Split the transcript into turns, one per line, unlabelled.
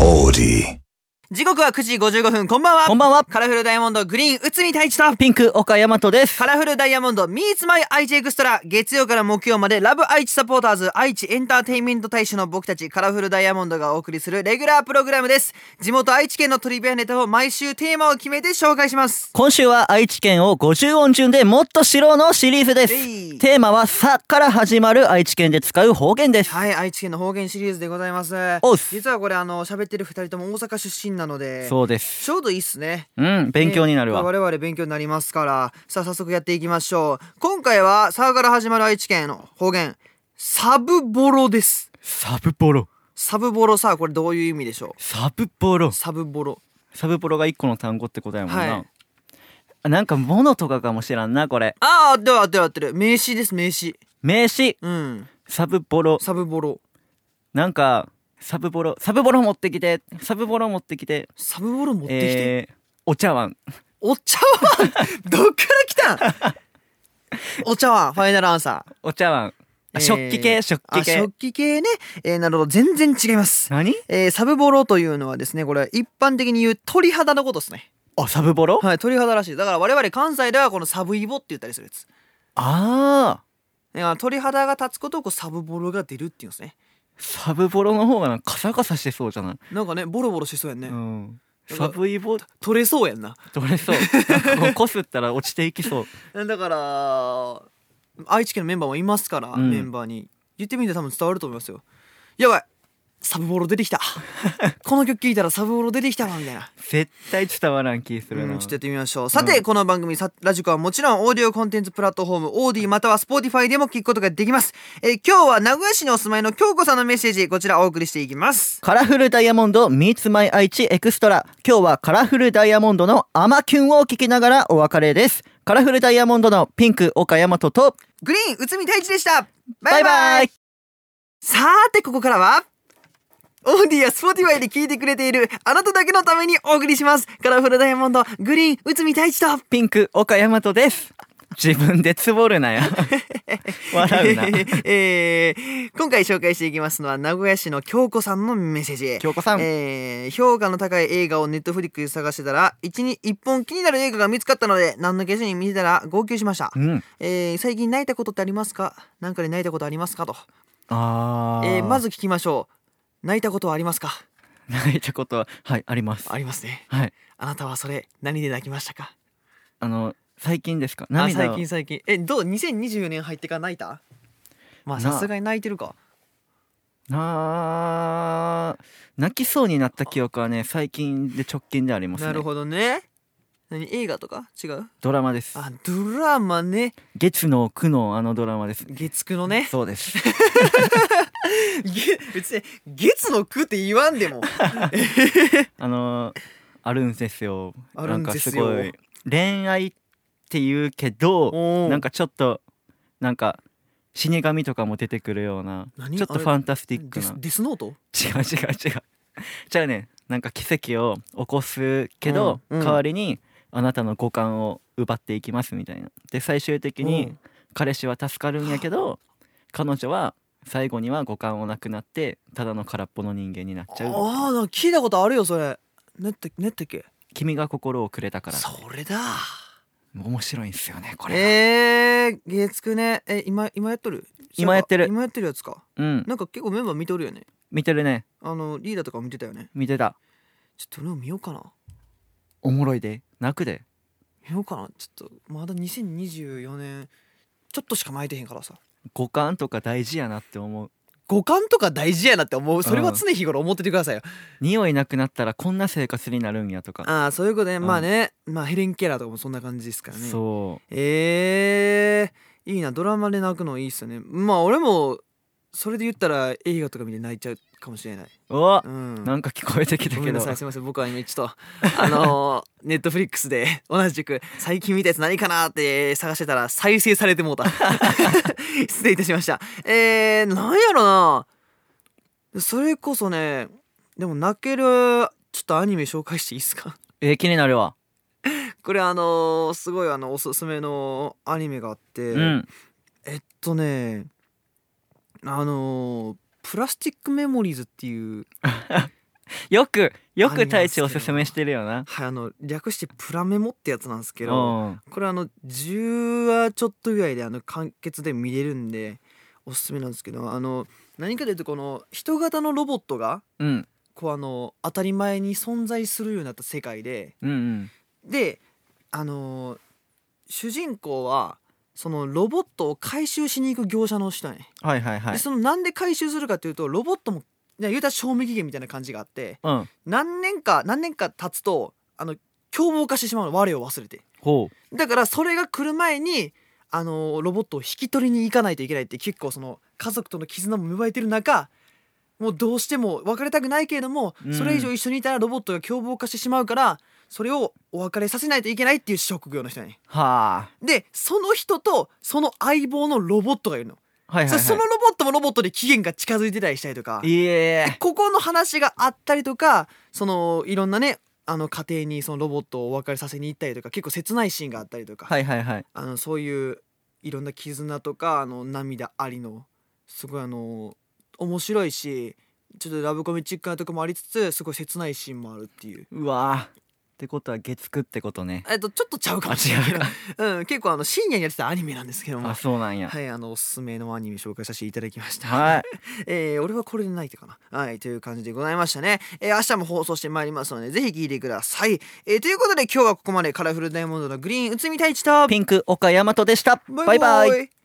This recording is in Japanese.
Audi.
時刻は9時55分、こんばんは。
こんばんは。
カラフルダイヤモンドグリーン、内海太一と、
ピンク岡山とです。
カラフルダイヤモンド Meets My 愛知エクストラ月曜から木曜までラブ愛知サポーターズ愛知エンターテインメント大使の僕たちカラフルダイヤモンドがお送りするレギュラープログラムです地元愛知県のトリビアネタを毎週テーマを決めて紹介します
今週は愛知県を50音順でもっと知ろうのシリーズで
えい
す。テーマはさから始まる愛知県で使う方言です。
はい愛知県の方言シリーズでございます
おっす
実はこれあの喋ってる二人とも大阪出身なので
そうです。
ちょうどいいっすね
うん、勉強になる
ね
わ。
我々勉強になりますからさあ早速やっていきましょう今回はさあから始まる愛知県の方言サブボロです
サブボロ。
サブボロさあこれどういう意味でしょ
サブボロ
う。サブボロ
サブボロが一個の単語ってことやもんな。
はい
あなんか物とかかもしらんな、これ。
ああでは合ってる合ってる名詞です名詞
名詞、
うん
サブボロ。
サブボロ
なんか、サブボロ、サブボロ持ってきて、サブボロ持ってきて、
サブボロ持ってきて、
えー、お茶碗。
お茶碗 どっから来たんお茶碗ファイナルアンサー
お茶碗。あ
えー
食器系、食
あ
器系
食。器系ねえー、なるほど全然違います
何
えー、サブボロというのはですねこれ一般的に言う鳥肌のことですね
あ、サブボ ロ
はい鳥肌らしいだから我々関西ではこのサブイボって言ったりするやつ
ああ、
いや鳥肌が立つことをこうサブボロが出るっていうんですね
サブボロの方がなんかカサカサしてそうじゃない、
なんかねボロボロしそうやんね、
うん。
だから
サブイボ
取れそうやんな
取 れそう。なんかこうこすったら落ちていきそう。
だから愛知県のメンバーもいますから、
うん
メンバーに言ってみて多分伝わると思いますよやばいサブボロ出てきたこの曲聴いたらサブボロ出てきたわみたいな
絶対伝わらん気する
う
な。
ん、ちょっとやってみましょうさて、この番組さラジコはもちろんオーディオコンテンツプラットフォームオーディまたはスポーティファイでも聞くことができます、えー今日は名古屋市にお住まいの京子さんのメッセージこちらお送りしていきます
カラフルダイヤモンド Meets My 愛知エクストラ今日はカラフルダイヤモンドのアマキュンを聞きながらお別れですカラフルダイヤモンドのピンク岡山とと
グリーン内海太一でしたバ
バ
イバイ
イバイ
さーてここからはオーディやスポティファイで聞いてくれているあなただけのためにお送りしますカラフルダイヤモンドグリーン内海太一と
ピンク岡山とです自分でつぼ るなよ笑うな
えー今回紹介していきますのは名古屋市の京子さんのメッセージ
京子さん
えー評価の高い映画をネットフリックスで探してたら一に一本気になる映画が見つかったので何の気せずに見てたら号泣しました、
うん
えー最近泣いたことってありますか何かで泣いたことありますかと、
あー
えーまず聞きましょう泣いたことはありますか
泣いたことははいあります
ありますね
はい
あなたはそれ何で泣きましたか
あの最近ですか
あ
涙
最
を
近最近えどう2024年入ってから泣いたまあ
な
さすがに泣いてるか
な泣きそうになった記憶はね最近で直近でありますね
なるほどね何映画とか違う
ドラマです
あドラマね
月の苦のあのドラマです
月9のね
そうです
げ別に月の9って言わんで も
あのーあるんですよ
あるんですよ
なんかすごい恋愛っていうけど
おー
なんかちょっとなんか死神とかも出てくるような
何
ちょっ
あ
と
れ
ファンタスティック
デ
な
スデスノート
違う違う違うじゃあねなんか奇跡を起こすけど、
うんうん
代わりにあなたの五感を奪っていきますみたいなで最終的
う
に
ん
彼氏は助かるんやけど彼女は最後には五感をなくなってただの空っぽの人間になっちゃう
ああなんか聞いたことあるよそれねったねったっけ
君が心をくれたから
それだ
面白いんすよねこれ、
えー、月9ねえ今今やっとる
今やってる
今やってるやつか
うん
なんか結構メンバー見とるよね
見てるね
あのリーダーとかも見てたよね
見てた
ちょっと俺も見ようかな
おもろいで泣くで
見ようかなちょっとまだ2024年ちょっとしか巻いてへんからさ
五感とか大事やなって思う
五感とか大事やなって思うそれは常日頃思っててくださいよ、
匂いなくなったらこんな生活になるんやとか
ああそういうことね、
うん
まあねまあヘレン・ケラーとかもそんな感じですからね
そう
ええいいなドラマで泣くのいいっすよねまあ俺もそれで言ったら映画とか見て泣いちゃうかもしれない、
お
うん、
なんか聞こえてきた
ご
け
めん
ど
なさいすいません僕は今ちょっとあの ネットフリックスで同じく最近見たやつ何かなって探してたら再生されてもう た失礼いたしましたえー、なんやろなそれこそねでも泣けるちょっとアニメ紹介していいですか
えー気になるわ、
これあのすごいあのおすすめのアニメがあって、
うん
えっとねあのプラスティックメモリーズっていう
よくよ
あります
く
けど
大地おすすめしてるよな
はいあの略してプラメモってやつなんですけど
うん
これあの10話ちょっとぐらいであの完結で見れるんでおすすめなんですけどあの何かというとこの人型のロボットが
うん
こうあの当たり前に存在するようになった世界で
うんうん
であの主人公はそのロボットを回収しに行く業者の人やね、
はいはいはい
でそのなんで回収するかというとロボットもね言うたら賞味期限みたいな感じがあって
うん
何年か何年か経つとあの凶暴化してしまうの我を忘れて
ほう
だからそれが来る前にあのロボットを引き取りに行かないといけないって結構その家族との絆も芽生えてる中もうどうしても別れたくないけれども、
うん
それ以上一緒にいたらロボットが凶暴化してしまうからそれをお別れさせないといけないっていう職業の人やね
は
でその人とその相棒のロボットがいるの、
あはいはいはい
そそのロボットもロボットで期限が近づいてたりしたりとか
いえ
ここの話があったりとかそのいろんなねあの家庭にそのロボットをお別れさせに行ったりとか結構切ないシーンがあったりとか、
はいはいはい
あのそういういろんな絆とかあの涙ありのすごいあの面白いしちょっとラブコメチックなとこもありつつすごい切ないシーンもあるっていう。
うわーってことは月9ってことね
えっと、ちょっとちゃうかもしれないけど、うん、結構あの深夜にやってたアニメなんですけども
あ、そうなんや
はい、あのおすすめのアニメ紹介させていただきました。
はい
えー俺はこれで泣いたかな。はい、という感じでございましたね。えー明日も放送してまいりますので、ぜひ聞いてください。えーということで今日はここまでカラフルダイヤモンドのグリーン、内海太一と、
ピンク岡大和でしたバイバイ
イ